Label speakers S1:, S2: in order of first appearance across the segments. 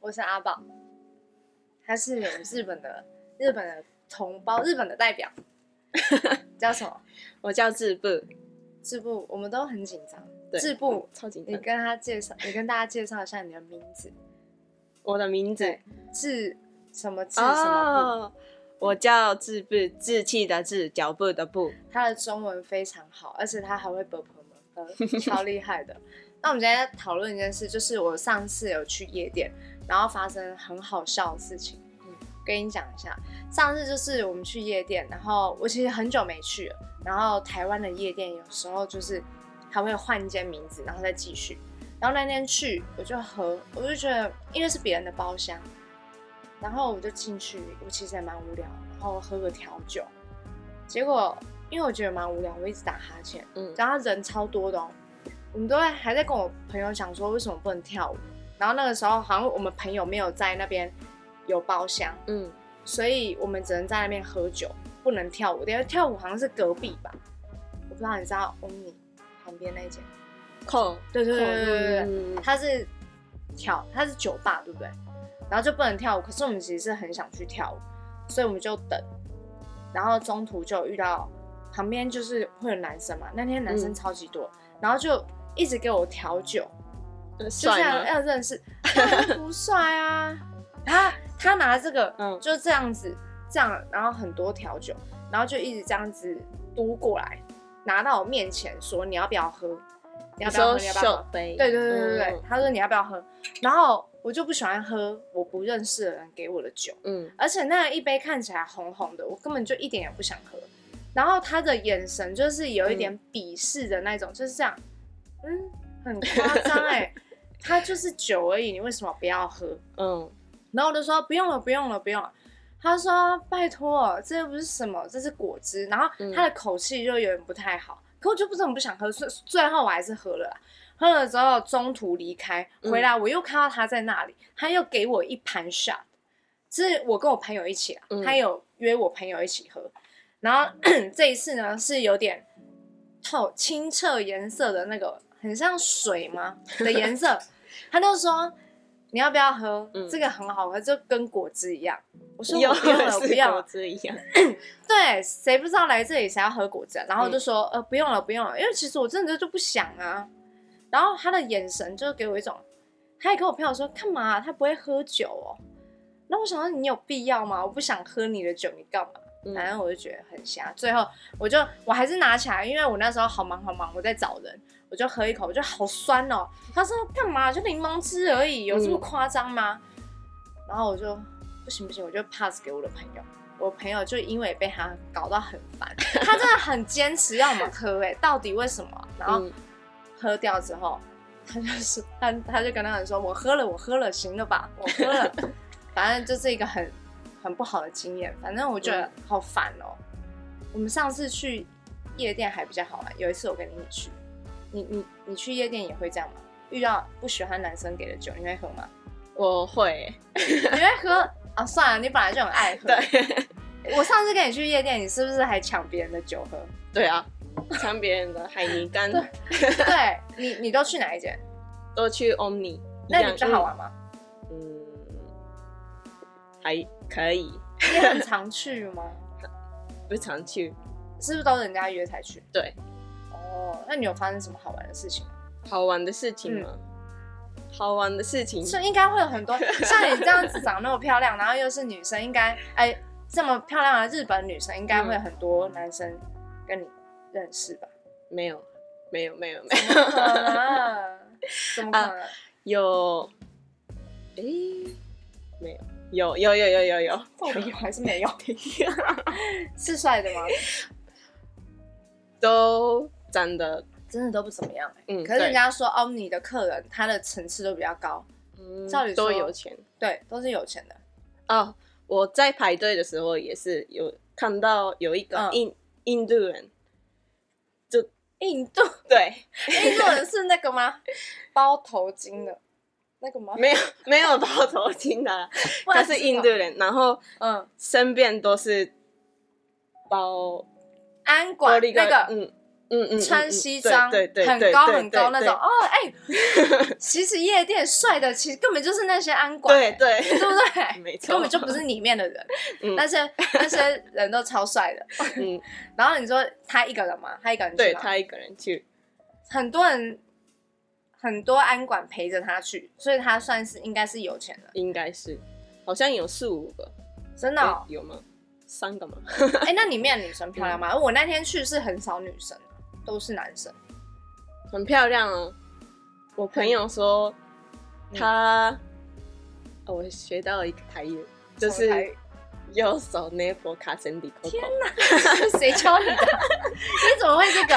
S1: 我是阿宝，他是我们日本的日本的同胞，日本的代表，叫什么？
S2: 我叫志布，
S1: 志布，我们都很紧张。
S2: 对
S1: 志布，
S2: 超级
S1: 你跟他介绍，你跟大家介绍一下你的名字，
S2: 我的名字
S1: 对志什么志什么
S2: 哦我叫志布，志气的志，脚步的步。
S1: 布，他的中文非常好，而且他还会啵啵啵啵，超厉害的。那我们今天讨论一件事，就是我上次有去夜店，然后发生很好笑的事情。嗯，跟你讲一下，上次就是我们去夜店，然后我其实很久没去了。然后台湾的夜店有时候就是他会换一间名字，然后再继续。然后那天去，我就和我就觉得，因为是别人的包厢，然后我就进去，我其实也蛮无聊，然后喝个调酒。结果因为我觉得蛮无聊，我一直打哈欠，
S2: 嗯
S1: 然后人超多的哦，我们都在还在跟我朋友讲说为什么不能跳舞。然后那个时候好像我们朋友没有在那边有包厢，
S2: 嗯，
S1: 所以我们只能在那边喝酒，不能跳舞。因为跳舞好像是隔壁吧，我不知道你知道欧尼旁边那一间？
S2: 扣
S1: 对对
S2: 扣
S1: 对对对对，
S2: 嗯
S1: 他是跳，他是酒吧对不对？然后就不能跳舞，可是我们其实是很想去跳舞，所以我们就等。然后中途就遇到旁边就是会有男生嘛，那天男生
S2: 嗯
S1: 超级多，然后就一直给我调酒，
S2: 嗯
S1: 就
S2: 帅
S1: 是要
S2: 吗？
S1: 要认识，当然不帅啊。他他拿这个，
S2: 嗯
S1: 就这样子，这样，然后很多调酒，然后就一直这样子嘟过来，拿到我面前说你要不要喝，你要
S2: 你
S1: 不要喝，
S2: 说
S1: 你要不要
S2: 秀
S1: 喝？
S2: 杯？
S1: 对对对对对，
S2: 嗯
S1: 他说你要不要喝，然后我就不喜欢喝我不认识的人给我的酒，
S2: 嗯，
S1: 而且那一杯看起来红红的，我根本就一点也不想喝。然后他的眼神就是有一点鄙视的那种，就是这样，嗯，很夸张哎。 他就是酒而已，你为什么不要喝？
S2: 嗯，
S1: 然后我就说不用了，不用了，不用了。他说拜托，这又不是什么，这是果汁。然后
S2: 嗯
S1: 他的口气就有点不太好，可我就不怎么不想喝，最最后我还是喝了啦。喝了之后中途离开，
S2: 嗯
S1: 回来我又看到他在那里，他又给我一盘 shot，是我跟我朋友一起啊，
S2: 嗯
S1: 他有约我朋友一起喝。然后这一次呢是有点透清澈颜色的那个，很像水吗 的颜色，他就说你要不要喝？
S2: 嗯
S1: 这个很好喝，就跟果汁一样。我 说
S2: 又
S1: 我不用了，我不
S2: 是
S1: 要
S2: 果
S1: 了。
S2: 汁一样。
S1: 对，谁不知道来这里谁要喝果汁、啊？然
S2: 嗯
S1: 后我就说、呃不用了，不用了，因为其实我真的就不想啊。然后他的眼神就给我一种，他还跟我朋友说干嘛啊、他不会喝酒哦。那我想说你有必要吗？我不想喝你的酒，你干嘛？反
S2: 嗯
S1: 正我就觉得很瞎。最后我就我还是拿起来，因为我那时候好忙好忙，我在找人，我就喝一口，我就好酸哦。他说干嘛？就柠檬汁而已，有这么
S2: 嗯
S1: 夸张吗？然后我就不行不行，我就 pass 给我的朋友。我朋友就因为被他搞到很烦，他真的很坚持让我们喝、哎，到底为什么啊？然后
S2: 嗯
S1: 喝掉之后，他就是 他他就跟那个人说：“我喝了，我喝了，行了 吧？我喝了。”反正就是一个很很不好的经验。反正我觉得
S2: 嗯
S1: 好烦哦、我们上次去夜店还比较好玩，有一次我跟你一起去，你你你去夜店也会这样吗？遇到不喜欢男生给的酒，你会喝 吗？
S2: 我会，
S1: 你会喝啊？算了，你本来就很爱喝。
S2: 对
S1: 我上次跟你去夜店，你是不是还抢别人的酒喝？
S2: 对啊，尝别人的海泥干，
S1: 对对你，你都去哪一间？
S2: 都去 Omni，
S1: 那
S2: 一
S1: 你
S2: 样
S1: 比较好。玩吗？
S2: 嗯，还可以，
S1: 你很常去吗？
S2: 不常去。
S1: 是不是都人家约才去？
S2: 对，
S1: 哦，那你有发生什么好玩的事情吗？
S2: 好玩的事情吗？好玩的事情，
S1: 嗯是应该会有很多， 像你这样子长那么漂亮，然后又是女生，应该哎这么漂亮的日本女生，应该会有很多男生跟你认识 吧？
S2: 没有，没有，没有，没
S1: 怎么可能？啊怎么可能？
S2: 啊有，有，诶、没有，有，有，有，有，有，有，
S1: 到底有还是 没有？是帅的吗？
S2: 都长得，
S1: 真的都不怎么样、欸
S2: 嗯，
S1: 可是人
S2: 对，
S1: 家说 Omni 的客人，他的层次都比较高，
S2: 嗯
S1: 照理说
S2: 都有钱
S1: 对，都是有钱的。
S2: 哦。我在排队的时候也是有看到有一个
S1: 嗯
S2: 印、印度人，
S1: 印度
S2: 对，哎
S1: 印度人是那个吗？包头巾的那个吗？
S2: 没有没有包头巾 的啦，
S1: 不
S2: 他
S1: 然
S2: 是
S1: 什
S2: 印
S1: 么
S2: 度人，然后
S1: 嗯，
S2: 身边都是包
S1: 安
S2: 玻
S1: 管
S2: 璃
S1: 那个
S2: 嗯嗯嗯嗯
S1: 穿
S2: 嗯
S1: 西
S2: 对
S1: 装，
S2: 对对
S1: 很
S2: 对
S1: 高
S2: 对
S1: 很高
S2: 对
S1: 那
S2: 对
S1: 种。哦，哎、 其实夜店帅的，其实根本就是那些安管、
S2: 对
S1: 哎对
S2: 对，
S1: 不对？
S2: 没错，
S1: 根本就不是里面的人，
S2: 嗯
S1: 那些那些人都超帅的。
S2: 嗯，
S1: 然后你说他一个人吗？他一个人去
S2: 对
S1: 吗？
S2: 他一个人去，
S1: 很多人，很多安管陪着他去，所以他算是应该是有钱人，
S2: 应该是好像有四五个，
S1: 真的
S2: 诶
S1: 哦、
S2: 有吗？三个吗？
S1: 哎、那里面的女生漂亮吗？
S2: 嗯
S1: 我那天去是很少女生，都是男生。
S2: 很漂亮哦。我朋友说
S1: 嗯
S2: 他，哦我学到了一个台语，就
S1: 什么台啊
S2: 是右手那波卡森迪扣扣，
S1: 谁教你的？你怎么会这个？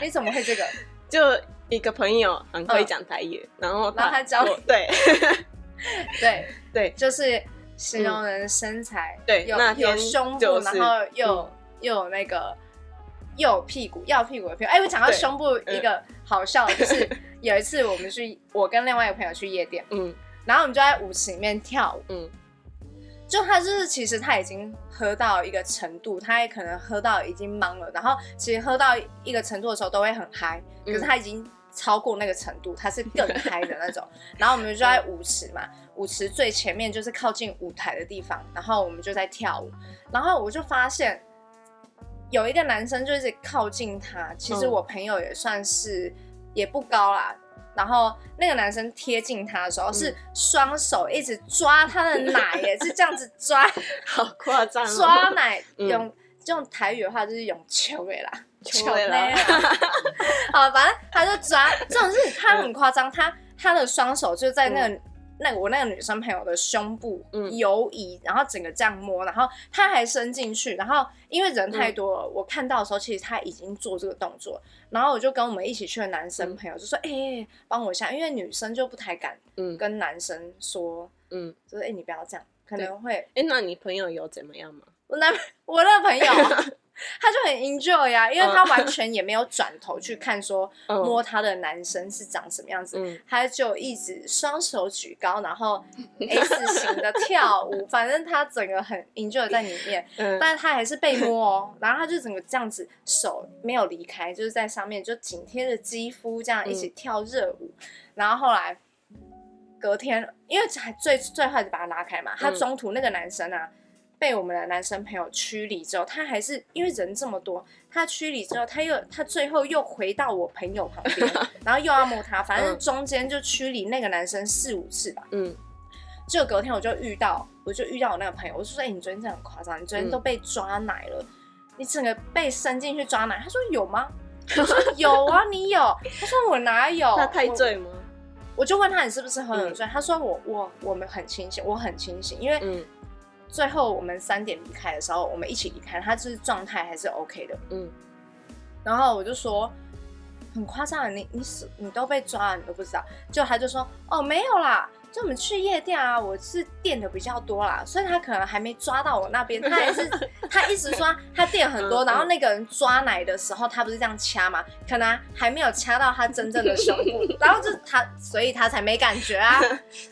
S1: 你怎么会这个？
S2: 就一个朋友很会讲台语，然后
S1: 嗯然后他教你
S2: 我对
S1: 对
S2: 对
S1: 就是形容人身材，
S2: 嗯对
S1: 有
S2: 那天
S1: 有胸部，
S2: 就是嗯
S1: 然后又有、又有那个又有屁股，要屁股的屁股。哎，我讲到
S2: 对嗯
S1: 胸部，一个好笑的就是有一次我们去，我跟另外一个朋友去夜店，
S2: 嗯
S1: 然后我们就在舞池里面跳舞，
S2: 嗯
S1: 就他就是其实他已经喝到一个程度，他也可能喝到已经懵了，然后其实喝到一个程度的时候都会很嗨，可
S2: 嗯
S1: 是他已经超过那个程度，他是更嗨的那 种。然后我们就在舞池嘛，舞池最前面就是靠近舞台的地方，然后我们就在跳舞，然后我就发现有一个男生就一直靠近他，其实
S2: 嗯
S1: 我朋友也算是也不高啦，然后那个男生贴近他的时候，
S2: 嗯
S1: 是双手一直抓他的奶耶，是这样子抓
S2: 好夸张哦，
S1: 抓 奶，
S2: 嗯
S1: 用用台语的话就是用球尾啦，
S2: 球尾啦
S1: 球 尾啦。好，反正他就抓，这种是他很夸张，他他的双手就在那个。那个我那个女生朋友的胸部
S2: 嗯
S1: 游移，然后整个这样摸，然后他还伸进去，然后因为人
S2: 嗯
S1: 太多了，我看到的时候其实他已经做这个动作，然后我就跟我们一起去的男生
S2: 嗯
S1: 朋友就说：“哎、帮我一下，因为女生就不太敢
S2: 嗯
S1: 跟男生说，
S2: 嗯，
S1: 就是哎、欸你不要这样，可
S2: 对
S1: 能会
S2: 哎，那你朋友有怎么样吗？
S1: 我男我那朋友 啊他就很 enjoy 呀、因为他完全也没有转头去看说
S2: 嗯
S1: 摸他的男生是长什么样子，
S2: 嗯
S1: 他就一直双手举高，然后 S 型的跳舞，反正他整个很 enjoy 在里面，
S2: 嗯
S1: 但是他还是被摸哦，然后他就整个这样子手没有离开，就是在上面就紧贴着肌肤这样一
S2: 嗯
S1: 起跳热舞，然后后来隔天，因为才最最后就把他拉开嘛，他
S2: 嗯
S1: 中途那个男生啊。被我们的男生朋友驱离之后，他还是因为人这么多，他驱离之后，他又他最后又回到我朋友旁 边，然后又要摸他，反正
S2: 嗯
S1: 中间就驱离那个男生四五次吧。
S2: 嗯
S1: 就隔天我就遇到，我就遇到我那个朋友，我就说：“哎、你昨天真的很夸张，你昨天
S2: 嗯
S1: 都被抓奶了，你整个被伸进去抓奶。”他说：“有吗？”我说：“有啊，你有。”他说：“我哪 有？”
S2: 他太
S1: 哦我。
S2: 醉嗯吗？
S1: 我就问他：“你是不是很有醉？”他说我：“我我我们很清醒，我很清醒，因为
S2: 嗯
S1: 最后我们三点离开的时候，我们一起离开，他就是状态还是 OK 的。
S2: 嗯”
S1: 然后我就说。很夸张啊，你你死你都被抓了，你都不知道。就他就说哦没有啦，就我们去夜店啊，我是垫的比较多啦，所以他可能还没抓到我那边，他还是 他一直说他垫很多，
S2: 嗯嗯
S1: 然后那个人抓奶的时候，他不是这样掐嘛，可能还没有掐到他真正的胸部，然后就他，所以他才没感觉啊，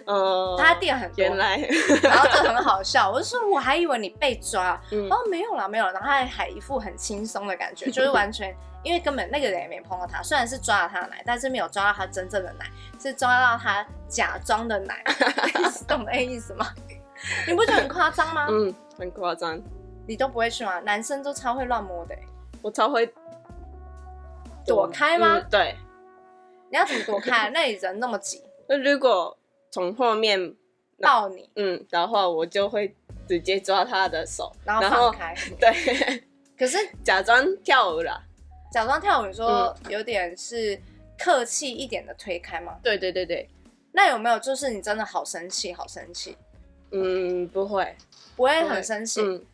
S2: 哦，
S1: 他垫很多，
S2: 原来，
S1: 然后就很好笑，我就说我还以为你被抓，
S2: 嗯
S1: 哦，没有啦，没有啦，然后他还一副很轻松的 感觉，就是完全因为根本那个人也没碰到他，虽然是抓了他的奶，但是没有抓到他真正的奶，是抓到他假装的 奶， 你懂那意思吗？你不觉得很夸张吗？
S2: 嗯，很夸张，
S1: 你都不会去吗？男生都超会乱摸的欸、
S2: 我超会
S1: 躲开吗
S2: 嗯对，
S1: 你要怎么躲开？那里人那么挤，
S2: 那如果从后面 那
S1: 抱你，
S2: 嗯的话，我就会直接抓他的手，
S1: 然后放开。
S2: 对，
S1: 可是
S2: 假装跳舞啦。
S1: 假装跳舞，你说
S2: 嗯
S1: 有点是客气一点的推开吗？
S2: 对对对对，
S1: 那有没有就是你真的好生气，好生气，
S2: 嗯，不会，
S1: 不会
S2: 不会
S1: 很生气？
S2: 嗯，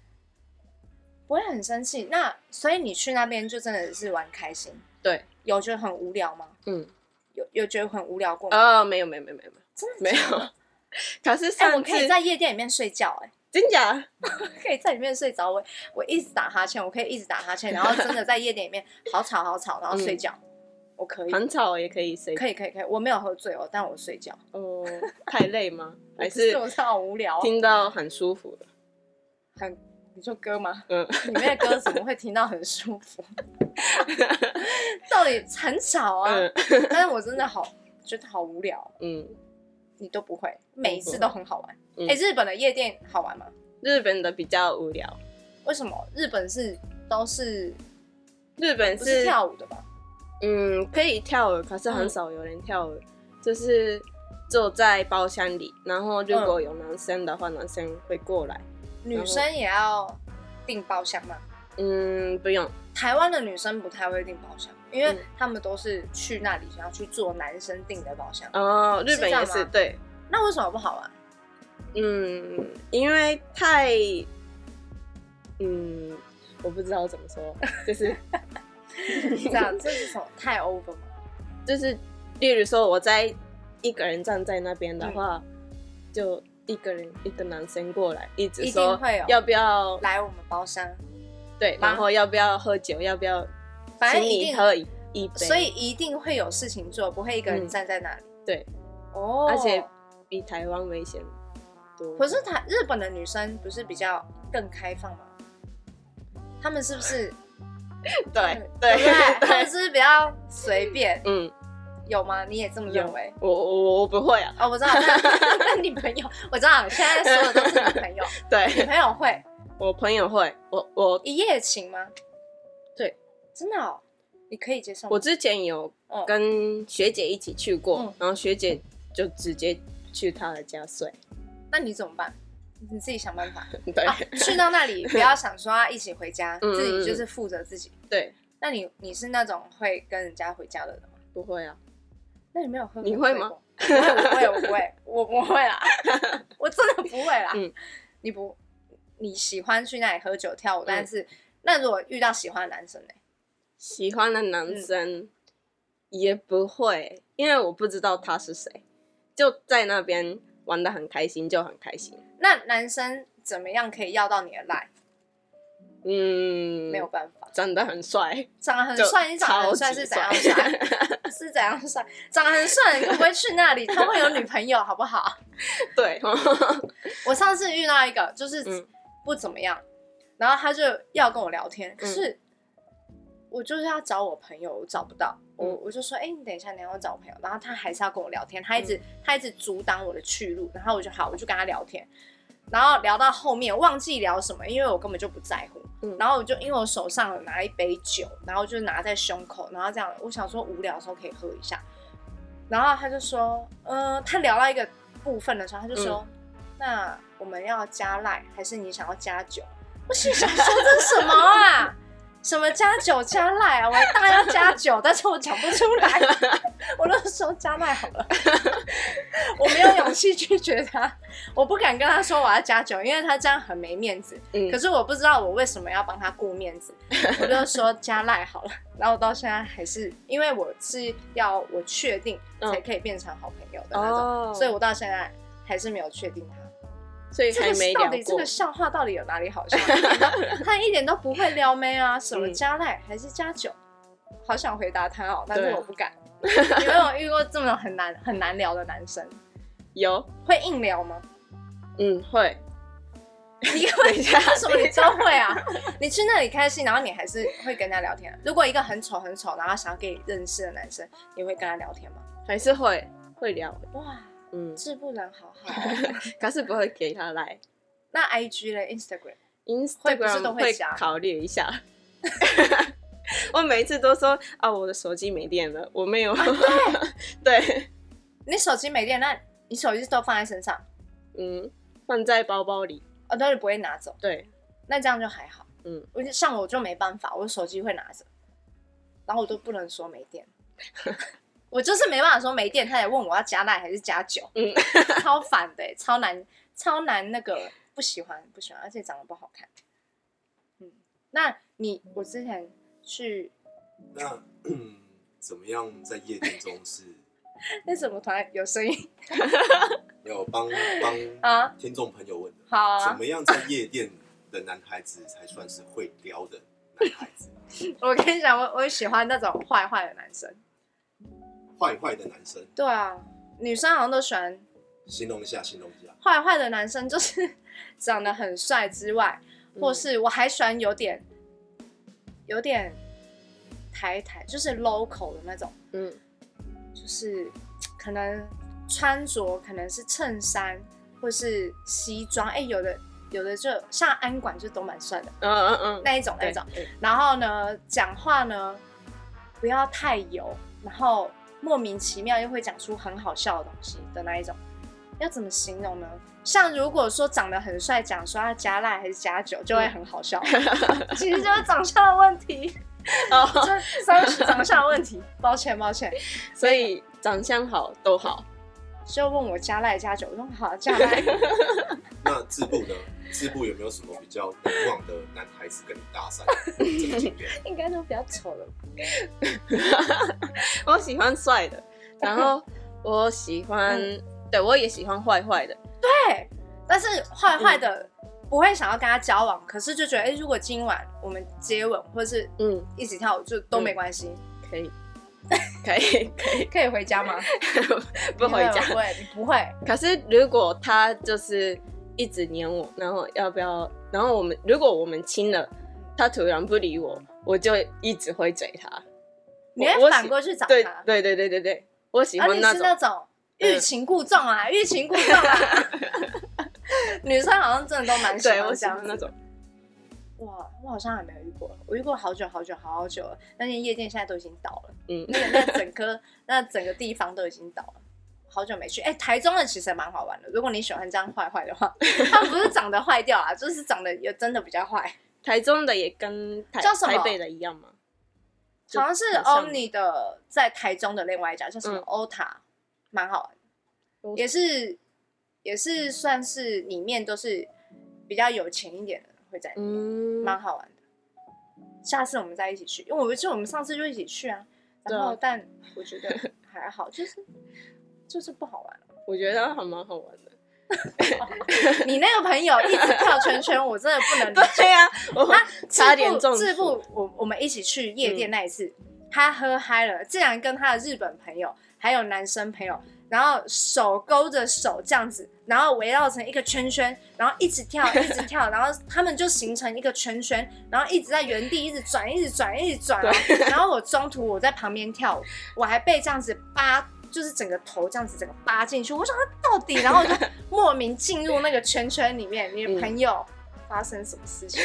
S1: 不会很生气。那所以你去那边就真的是玩开心，
S2: 对，
S1: 有觉得很无聊吗？
S2: 嗯，
S1: 有有觉得很无聊过吗？
S2: 哦，没有没有没有没有
S1: 真的
S2: 没
S1: 假的？
S2: 有，可是
S1: 哎、
S2: 上
S1: 我
S2: 次
S1: 可以在夜店里面睡觉、哎，
S2: 真假，
S1: 可以在里面睡着。我我一直打哈欠，我可以一直打哈欠，然 后真的在夜店里面好吵好吵，然后睡
S2: 嗯
S1: 觉，我可以，
S2: 很吵也可以谁
S1: 可以可以可以，我没有喝醉哦，但我睡觉，
S2: 哦， 太累吗？还
S1: 可
S2: 是
S1: 我真的好无聊哦、
S2: 听到很舒服的？
S1: 很你说歌吗？
S2: 嗯，
S1: 里面的歌怎么会听到很舒服？ 到底很吵啊！
S2: 嗯
S1: 但是我真的好觉得好无聊，
S2: 嗯，
S1: 你都不会，每一次都很好玩。哎、
S2: 嗯
S1: 日本的夜店好玩吗？
S2: 日本的比较无聊，
S1: 为什么日本是都是
S2: 日本
S1: 不是
S2: 是
S1: 跳舞的吧？
S2: 嗯可以跳舞，可是
S1: 嗯
S2: 很少有人跳舞，就是坐在包厢里，然后
S1: 嗯
S2: 如果有男生的话，男生会过来，
S1: 女生也要订包厢吗？
S2: 嗯，不用，
S1: 台湾的女生不太会订包厢，因为
S2: 嗯
S1: 她们都是去那里想要去做男生订的包厢。
S2: 哦，日
S1: 是这
S2: 本
S1: 样
S2: 也是
S1: 吗
S2: 对，
S1: 那为什么不好 玩？
S2: 嗯，因为太，嗯，我不知道怎么说，就是
S1: 这样这是什么？太 over 吗？
S2: 就是，例如说我在一个人站在那边
S1: 嗯
S2: 的话，就一个人一个男生过来，一直
S1: 一定
S2: 说
S1: 会哦有
S2: 要不要
S1: 来我们包厢，
S2: 对，
S1: 吗
S2: 然后要不要喝酒，要不要
S1: 反正
S2: 请
S1: 一
S2: 你
S1: 定
S2: 喝一一杯，
S1: 所以一定会有事情做，不会一个人
S2: 嗯
S1: 站在那里。
S2: 对，
S1: 哦，
S2: 而且比台湾危险多。
S1: 可是台日本的女生不是比较更开放吗？她们是不是 嗯
S2: 对
S1: 对
S2: 嗯对
S1: 不对？她们
S2: 对，
S1: 是不是比较随便？
S2: 嗯，
S1: 有吗？你也这么认为？
S2: 我我我不会啊，
S1: 哦，我知道， 那那女朋友，我知道，现在说的都是女朋 友，女
S2: 对
S1: 朋友会
S2: 我朋友会，我我
S1: 一夜情吗？
S2: 对，
S1: 真的哦，你可以接受吗？
S2: 我之前有
S1: 嗯
S2: 跟学姐一起去过，
S1: 嗯
S2: 然后学姐就直接去她的家睡。
S1: 那你怎么办？你自己想办法。
S2: 对、
S1: 啊、去到那里不要想说要一起回家，
S2: 嗯
S1: 自己就是负责自己。
S2: 对，
S1: 那你你是那种会跟人家回家的人吗？
S2: 不会啊，
S1: 那你没有喝？
S2: 你会吗？
S1: 我 不会，我不会，我不会 啦，我真的不会啦。
S2: 嗯
S1: 你不你喜欢去那里喝酒跳舞，
S2: 嗯
S1: 但是那如果遇到喜欢的男生呢？
S2: 喜欢的男生也不会，因为我不知道他是谁，就在那边玩的很开心，就很开心。
S1: 那男生怎么样可以要到你的赖？
S2: 嗯，
S1: 没有，办法，
S2: 长得嗯很帅，
S1: 长得很
S2: 就
S1: 帅，你长得很帅
S2: 超级
S1: 是怎样帅？ 是怎样帅？长得很帅，你可不会去那里？他会有女朋友好不好？
S2: 对，
S1: 我上次遇到一个就是
S2: 嗯
S1: 不怎么样，然后他就要跟我聊天，
S2: 嗯
S1: 可是我就是要找我朋友，我找不到，我
S2: 嗯
S1: 我就说，哎、你等一下，你要找我朋友，然后他还是要跟我聊天，他一直、
S2: 嗯
S1: 他一直阻挡我的去路，然后我就好，我就跟他聊天，然后聊到后面忘记聊什么，因为我根本就不在乎。
S2: 嗯
S1: 然后我就因为我手上有拿一杯酒，然后就拿在胸口，然后这样，我想说无聊的时候可以喝一下。然后他就说，嗯、他聊到一个部分的时候，他就
S2: 嗯
S1: 说，那我们要加赖还是你想要加 酒？我心里想说这是什么啊？什么加酒加赖啊？我还当然要加酒，但是我讲不出来， 我那时候加赖好了， 我没有勇气拒绝他，我不敢跟他说我要加酒，因为他这样很没面子。
S2: 嗯
S1: 可，是我不知道我为什么要帮他顾面 子，我就说加赖好了。然后到现在还是，因为我是要我确定才可以变成好朋友的那种，
S2: 嗯哦
S1: 所以我到现在还是没有确定他。
S2: 所以
S1: 这
S2: 还
S1: 个
S2: 没
S1: 到
S2: 聊
S1: 底这
S2: 过
S1: 个。笑话到底有哪里好笑？一点 都他一点都不会撩妹啊，什么
S2: 嗯
S1: 加赖还是加酒，好想回答他哦，但
S2: 对
S1: 是
S2: 啊
S1: 我不敢。你有没有遇过这么很难很难聊的男生？
S2: 有，
S1: 会硬聊吗？
S2: 嗯，会。
S1: 你
S2: 等一下
S1: 为什么你都会啊？你去那里开心，然后你还是会跟他聊天啊、如果一个很丑很丑，然后想要跟你认识的男生，你会跟他聊天吗？
S2: 还是会会聊，
S1: 哇，
S2: 嗯，
S1: 志不能好好哦、
S2: 可是不会给他来。
S1: 那 I G 嘞，Instagram，会 不是
S2: Instagram
S1: 都会
S2: 会
S1: 加
S2: 考虑一下。 我每一次都说啊，我的手机没电了，我没有。
S1: 啊哦
S2: 对，
S1: 你手机没电，那你手机都放在身上，
S2: 嗯，放在包包里。
S1: 哦，但是不会拿走，
S2: 对，
S1: 那这样就还好。
S2: 嗯，
S1: 我就像我就没办法，我手机会拿着，然后我都不能说没 电。我就是没办法说没电，他也问我要加奶还是加酒，
S2: 嗯
S1: 超烦的欸、超难，超难那个不喜欢不喜欢，而且长得不好看。嗯，那你我之前去
S3: 那 怎么样在夜店中是
S1: 那什么团有声音
S3: 要 帮帮
S1: 啊？
S3: 听众朋友问的？
S1: 好
S3: 怎
S1: 啊，
S3: 么样在夜店的男孩子才算是会撩的男孩 子？
S1: 我跟你讲，我我喜欢那种坏坏的男生。
S3: 坏坏的男生，
S1: 对啊，女生好像都喜欢
S3: 形容一下，形容一下。
S1: 坏坏的男生就是长得很帅之外，或是我还喜欢有点有点台台，就是 local 的那种，
S2: 嗯
S1: 就是可能穿着可能是衬衫或是西装，哎、有的有的就像安管就都蛮帅的
S2: 嗯嗯嗯，
S1: 那一种那一
S2: 对
S1: 种， 然后呢，讲话呢不要太油，然后莫名其妙又会讲出很好笑的东西的那一种。要怎么形容呢？像如果说长得很帅，讲说他加辣还是加酒，就会很好笑。其实就是长相的问题，就
S2: 哦，
S1: 是长长相的问题。抱歉，抱歉。
S2: 所以长相好都好，
S1: 就问我加辣加酒，我说好加辣。
S3: 那志部呢？志部有没有什么比较难忘的男孩子跟你搭 讪这个经验？
S1: 应该都比较丑的。
S2: 我喜欢帅的，然后我喜欢，
S1: 嗯
S2: 对我也喜欢坏坏的，
S1: 对，但是坏坏的不会想要跟他交往，可是就觉得，哎、如果今晚我们接吻或是
S2: 嗯，
S1: 一起跳舞，就都没关系，
S2: 可以， 可以，可以，
S1: 可以回家吗？
S2: 不回家。
S1: 不会，你不会。
S2: 可是如果他就是一直黏我，然后要不要？然后我们如果我们亲了，他突然不理我，我就一直会追他。
S1: 你
S2: 我
S1: 会
S2: 我喜
S1: 反过去找
S2: 对
S1: 他，
S2: 对对对对对，我喜
S1: 而
S2: 欢
S1: 你
S2: 那
S1: 是
S2: 种，
S1: 那种
S2: 嗯
S1: 欲擒故纵啊， 欲擒故纵啊。女生好像真的都蛮喜
S2: 对
S1: 欢
S2: 我喜
S1: 这样
S2: 欢
S1: 子
S2: 那
S1: 的。
S2: 种。
S1: 哇，我好像还没有遇过，我遇过好久好久好久了。那间夜店现在都已经倒了，
S2: 嗯
S1: 那个那整个 那整个地方都已经倒了，好久没去。哎、台中的其实也蛮好玩的，如果你喜欢这样坏坏的 话，他们不是长得坏掉啊，就是长得也真的比较坏，
S2: 台中的也跟台
S1: 叫什么
S2: 台北的一样吗？就
S1: 好像是
S2: 很像
S1: Omni 的在台中的另外一家叫什么
S2: 嗯
S1: OTA，蛮、好玩的，
S2: Ota
S1: 也是也是算是里面都是比较有钱一点的会在里面。
S2: 嗯，
S1: 蛮好玩的。下次我们再一起去，因为我记得我们上次就一起去啊。
S2: 对
S1: 然
S2: 啊
S1: 后，但我觉 得还好，就是就是不好玩。
S2: 我觉得还蛮好玩的。
S1: 你那个朋友一直跳圈圈，我真的不能理解。
S2: 对呀、我
S1: 他
S2: 差点中
S1: 志
S2: 暑嗯
S1: 部，我我们一起去夜店那一次，他喝嗨了，竟然跟他的日本朋友还有男生朋友，然后手勾着手这样子，然后围绕成一个圈圈，然后一直跳，一直跳， 然后他们就形成一个圈圈，然后一直在原地一直转，一直转，一直转。哦然后我中途我在旁边跳舞，我还被这样子扒。就是整个头这样子，整个扒进去，我想他到底，然后我 就莫名进入那个圈圈里面。
S2: 嗯
S1: 你的朋友发生什么事情？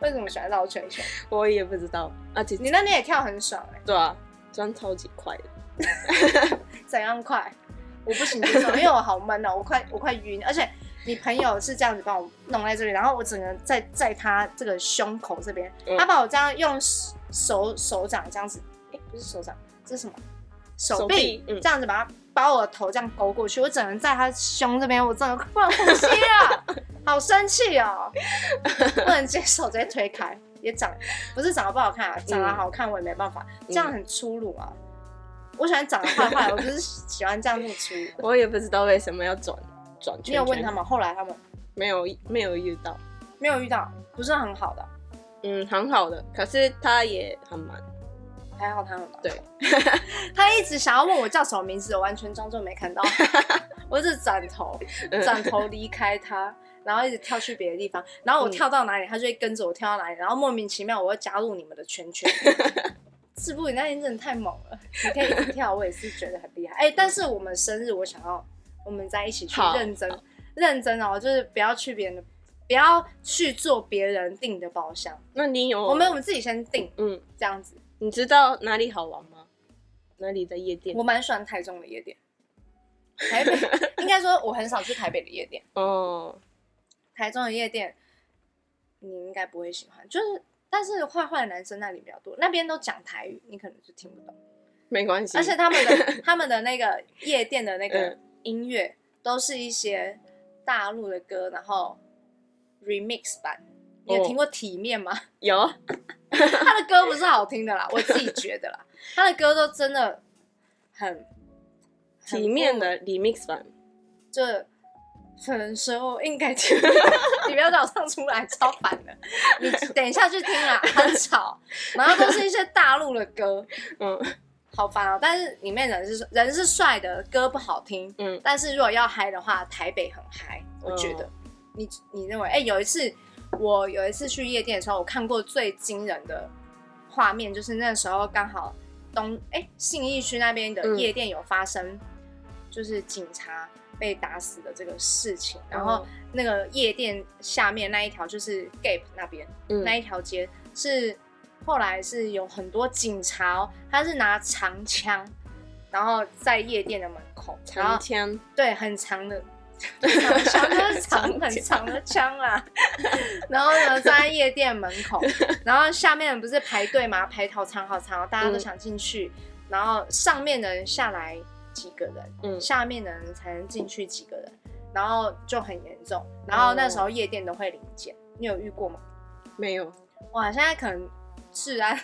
S1: 为什么喜欢绕圈圈？
S2: 我也不知道。而且
S1: 你那天也跳很爽哎、
S2: 对啊，钻超级快的。
S1: 怎样快？我不行接受， 因为我好闷哦、我快我快晕，而且你朋友是这样子把我弄在这里，然后我整个人在在他这个胸口这边，
S2: 嗯
S1: 他把我这样用手手手掌这样子，哎、不是手掌，这是什么？手臂
S2: 手臂嗯
S1: 这样子把他把我的头这样勾过去，我整个人在他胸这边，我整个快不能呼吸 了，好生气哦、不能接受，直接推开。也长不是长得不好看啊，长得好看我也没办法，
S2: 嗯
S1: 这样很粗鲁啊。我喜欢长得坏坏，我就是喜欢这样这么粗 鲁。
S2: 我也不知道为什么要转转圈圈。
S1: 你有问他？们，后来他们
S2: 没有，没有遇到。
S1: 没有遇到，不是很好的，啊
S2: 嗯，很好的，可是他也很忙。
S1: 还好他们吧。
S2: 对，
S1: 他一直想要问我叫什么名字，我完全装作没看到，我只是转头
S2: 嗯
S1: 转头离开他。然后一直跳去别的地方，然后我
S2: 嗯
S1: 跳到哪里，他就会跟着我跳到哪里，然后莫名其妙我又加入你们的圈圈。志不，你那天真的太猛了，你可以一直跳，我也是觉得很厉害。哎、但是我们生日，我想要我们在一起去
S2: 好
S1: 认真认真哦，就是不要去别人的，不要去做别人订的包厢，
S2: 那你有
S1: 我们我们自己先订
S2: 嗯，
S1: 这样子。
S2: 你知道哪里好玩吗？哪里的夜店
S1: 我？蛮喜欢台中的夜 店，台北应该说我很少去台北的夜店，
S2: 哦，
S1: 台中的夜店你应该不会喜欢，就是但是坏坏的男生那里比较多，那边都讲台语，你可能就听不懂，
S2: 没关系。
S1: 而且他们 的他们的那个夜店的那个
S2: 嗯
S1: 音乐都是一些大陆的歌，然后 remix 版。你有
S2: 哦
S1: 听过《体面》吗？
S2: 有，啊哦
S1: 他的歌不是好听的啦，我自己觉得啦，他的歌都真的很很
S2: 体面的 remix 版，
S1: 这分手应该听，你不要叫我唱出来，超烦的。你等一下去听啦，很吵。然后都是一些大陆的歌，
S2: 嗯
S1: 好烦哦、但是里面人是人是帅的，歌不好听。
S2: 嗯，哦
S1: 但是如果要嗨的话，台北很嗨，我觉得。你你认为？哎、有一次我有一次去夜店的时候，我看过最惊人的画面，就是那时候刚好东哎、信义区那边的
S2: 嗯
S1: 夜店有发生，就是警察被打死的这个事情，然
S2: 哦
S1: 后那个夜店下面那一条就是 Gap 那边、
S2: 嗯
S1: 那一条街是后来是有很多警察、哦，他是拿长枪，然后在夜店的门口，然后
S2: 长枪，
S1: 对，很长 的长枪，就是长很长的枪啦。 然后呢，站在夜店门 口，然后下面人不是排队嘛，排好长好长，哦大家都
S2: 嗯
S1: 想进去，然后上面的人下来几个人，
S2: 嗯
S1: 下面的人才能进去几个人，然后就很严重。然后那时候夜店都会临检，你有遇过吗？
S2: 没有，
S1: 哇，现在可能治 安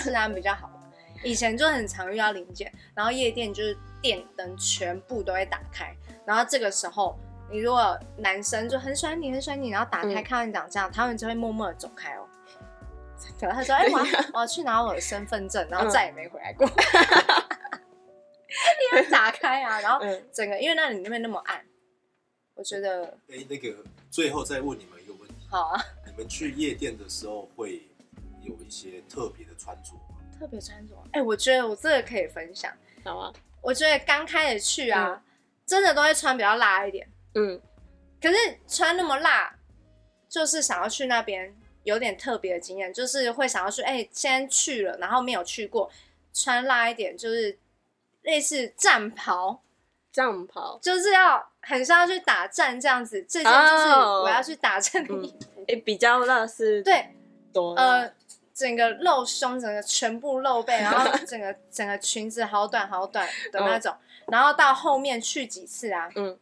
S1: 治安比较好吧，以前就很常遇到零件，然后夜店就是电灯全部都会打开，然后这个时候你如果男生就很喜欢你，很喜欢你，然后打开
S2: 嗯
S1: 看到你长这样，他们就会默默的走开 哦。然后他说：“哎、我要我要去拿我的身份证，然后
S2: 嗯
S1: 再也没回来过。因为打开啊，然后
S2: 嗯
S1: 整个因为那里面那么暗，我觉得
S3: 哎，那个最后再问你们一个问题：
S1: 好啊，
S3: 你们去夜店的时候会有一些特别的穿着吗？
S1: 特别穿着。哎、我觉得我这个可以分享。
S2: 好啊，
S1: 我觉得刚开始去啊，真的都会穿比较辣一点。
S2: 嗯
S1: 可是穿那么辣，就是想要去那边有点特别的经验，就是会想要去，哎、先去了，然后没有去过，穿辣一点，就是类似战袍，
S2: 战袍，
S1: 就是要很像要去打战这样子。这件就是
S2: 哦
S1: 我要去打战的衣服。
S2: 哎，比较辣是
S1: 对，
S2: 多嗯辣，
S1: 呃，整个露胸，整个全部露背，然后整个整个裙子好短好短的那种，然后到后面去几次啊，
S2: 嗯，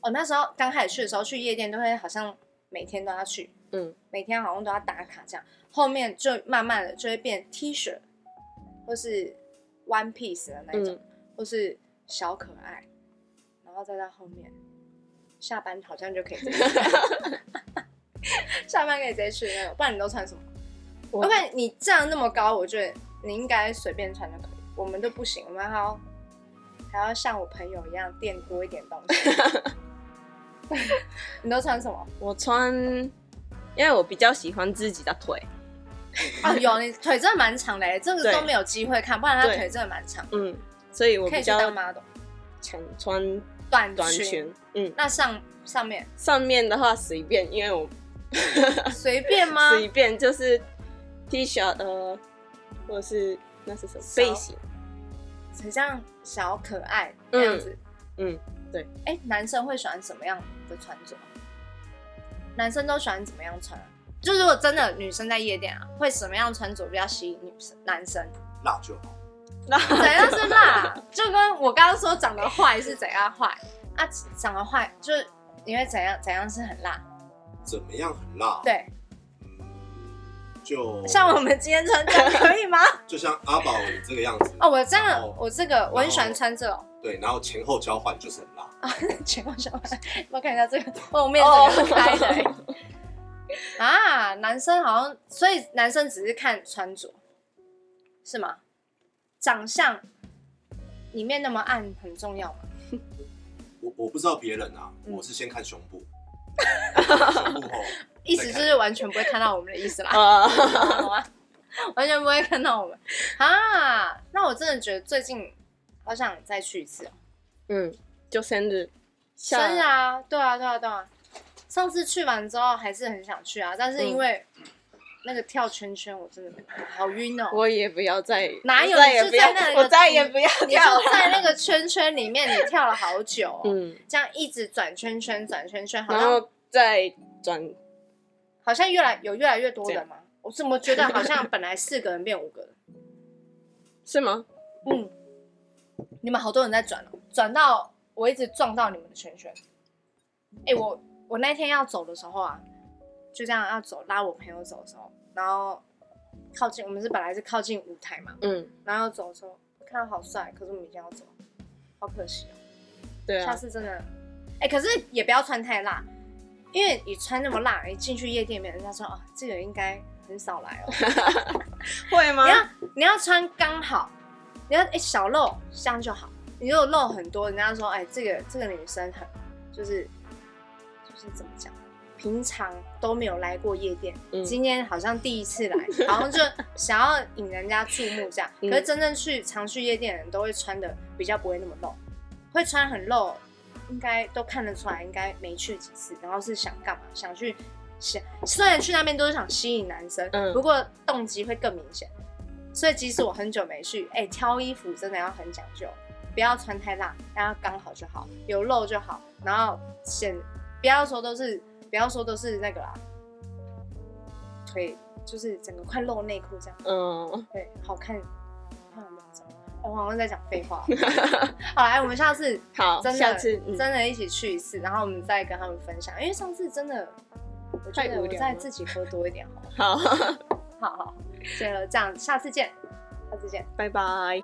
S1: 我、那时候刚开始去的时候，去夜店都会好像每天都要去，
S2: 嗯，
S1: 每天好像都要打卡这样，后面就慢慢的就会变 T 恤，或是 One Piece 的那种，
S2: 嗯
S1: 或是小可爱，然后再到后面。下班好像就可以直接去， 下班可以直接去那种，不然你都穿什么？
S2: 我
S1: 要不然你站那么高，我觉得你应该随便穿就可以。我们都不行，我们还要还要像我朋友一样垫多一点东西。 你都穿什么？
S2: 我穿，因为我比较喜欢自己的腿，
S1: 哦，有你腿真的蛮长的欸，这个
S2: 对
S1: 都没有机会看，不然他
S2: 对
S1: 腿真的蛮长。
S2: 嗯，所以我
S1: 可以去
S2: 比较
S1: 当 model，
S2: 常穿
S1: 短
S2: 短裙，嗯，
S1: 那上上面
S2: 上面的话随便，因为我
S1: 随便吗？
S2: 随便就是 T 恤呃，或者是那是什么
S1: 少
S2: 背心，
S1: 很像小可爱那样子。
S2: 嗯，对。
S1: 哎、男生会喜欢什么样的穿着？男生都喜欢怎么样穿啊？就如果真的女生在夜店啊，会什么样穿着比较吸引女生？男生
S3: 辣就好。
S2: 那
S1: 怎样是辣？就跟我刚刚说长得坏是怎样坏啊？长得坏就是因为怎样怎样是很辣，
S3: 怎么样很辣？，
S1: 对。
S3: 嗯，就
S1: 像我们今天穿这样可以吗？
S3: 就像阿宝你这个样子
S1: 哦，我这
S3: 然
S1: 样
S3: 后，
S1: 我这个我很喜欢穿这种。
S3: 对，然后前后交换就是很辣。
S1: 全部小白，我看一下这个后面
S2: 哦
S1: 这个开的、欸啊，男生好像，所以男生只是看穿着，是吗？长相里面那么暗很重要吗？
S3: 我我不知道别人啊，
S1: 嗯
S3: 我是先看胸 部，胸部后
S1: 意思就是完全不会看到我们的意思啦，
S2: 啊，
S1: 好吗？ 完全不会看到我们啊！那我真的觉得最近好想再去一次哦、
S2: 嗯，就生日，
S1: 生
S2: 下
S1: 日啊，对啊，对啊，对啊。上次去完之后还是很想去啊，但是因为那个跳圈圈，我真的没办法好晕哦、
S2: 我也不要再
S1: 哪有
S2: 我再
S1: 你
S2: 也
S1: 就
S2: 不要
S1: 在那里
S2: 我再也不要
S1: 你
S2: 跳
S1: 就在那个圈圈里面，你跳了好久、哦，
S2: 嗯，
S1: 这样一直转圈圈，转圈圈，好
S2: 然
S1: 像
S2: 后再转，
S1: 好像越来有越来越多
S2: 这
S1: 人
S2: 样
S1: 嘛。我怎么觉得好像本来四个人变五 个人？
S2: 是吗？
S1: 嗯，你们好多人在转哦，转到我一直撞到你们的圈圈。哎、我我那天要走的时候啊，就这样要走，拉我朋友走的时候，然后靠近我们是本来是靠近舞台嘛，
S2: 嗯，
S1: 然后走的时候看到好帅，可是我们已经要走，好可惜哦、
S2: 对
S1: 下
S2: 啊，
S1: 次真的，哎、可是也不要穿太辣，因为你穿那么辣，你进去夜店里面，人家说啊，这个人应该很少来哦、
S2: 会吗
S1: 你？要你要穿刚好，你要哎、小露这样就好。你如果露很多，人家说哎、这个这个女生很就是就是怎么讲，平常都没有来过夜店，
S2: 嗯
S1: 今天好像第一次来，好像就想要引人家注目这样。
S2: 嗯
S1: 可是真正去常去夜店的人都会穿的比较不会那么露，会穿很露，应该都看得出来，应该没去几次，然后是想干嘛？想去想，虽然去那边都是想吸引男生，
S2: 嗯
S1: 不过动机会更明显。所以即使我很久没去，哎、挑衣服真的要很讲究，不要穿太辣，然后刚好就好，有露就好，然后显不要说都是不要说都是那个啦，腿就是整个快露内裤这样，
S2: 嗯，
S1: 对，好看，好看很夸张。哎我好像在讲废话。好，来，我们下次
S2: 好，
S1: 真的
S2: 下次嗯
S1: 真的一起去一次，然后我们再跟他们分享，因为上次真的，我觉
S2: 太
S1: 得
S2: 无
S1: 我
S2: 聊
S1: 再
S2: 了
S1: 自己喝多一点好了。
S2: 好，
S1: 好好，就这样，下次见，下次见。
S2: 拜拜。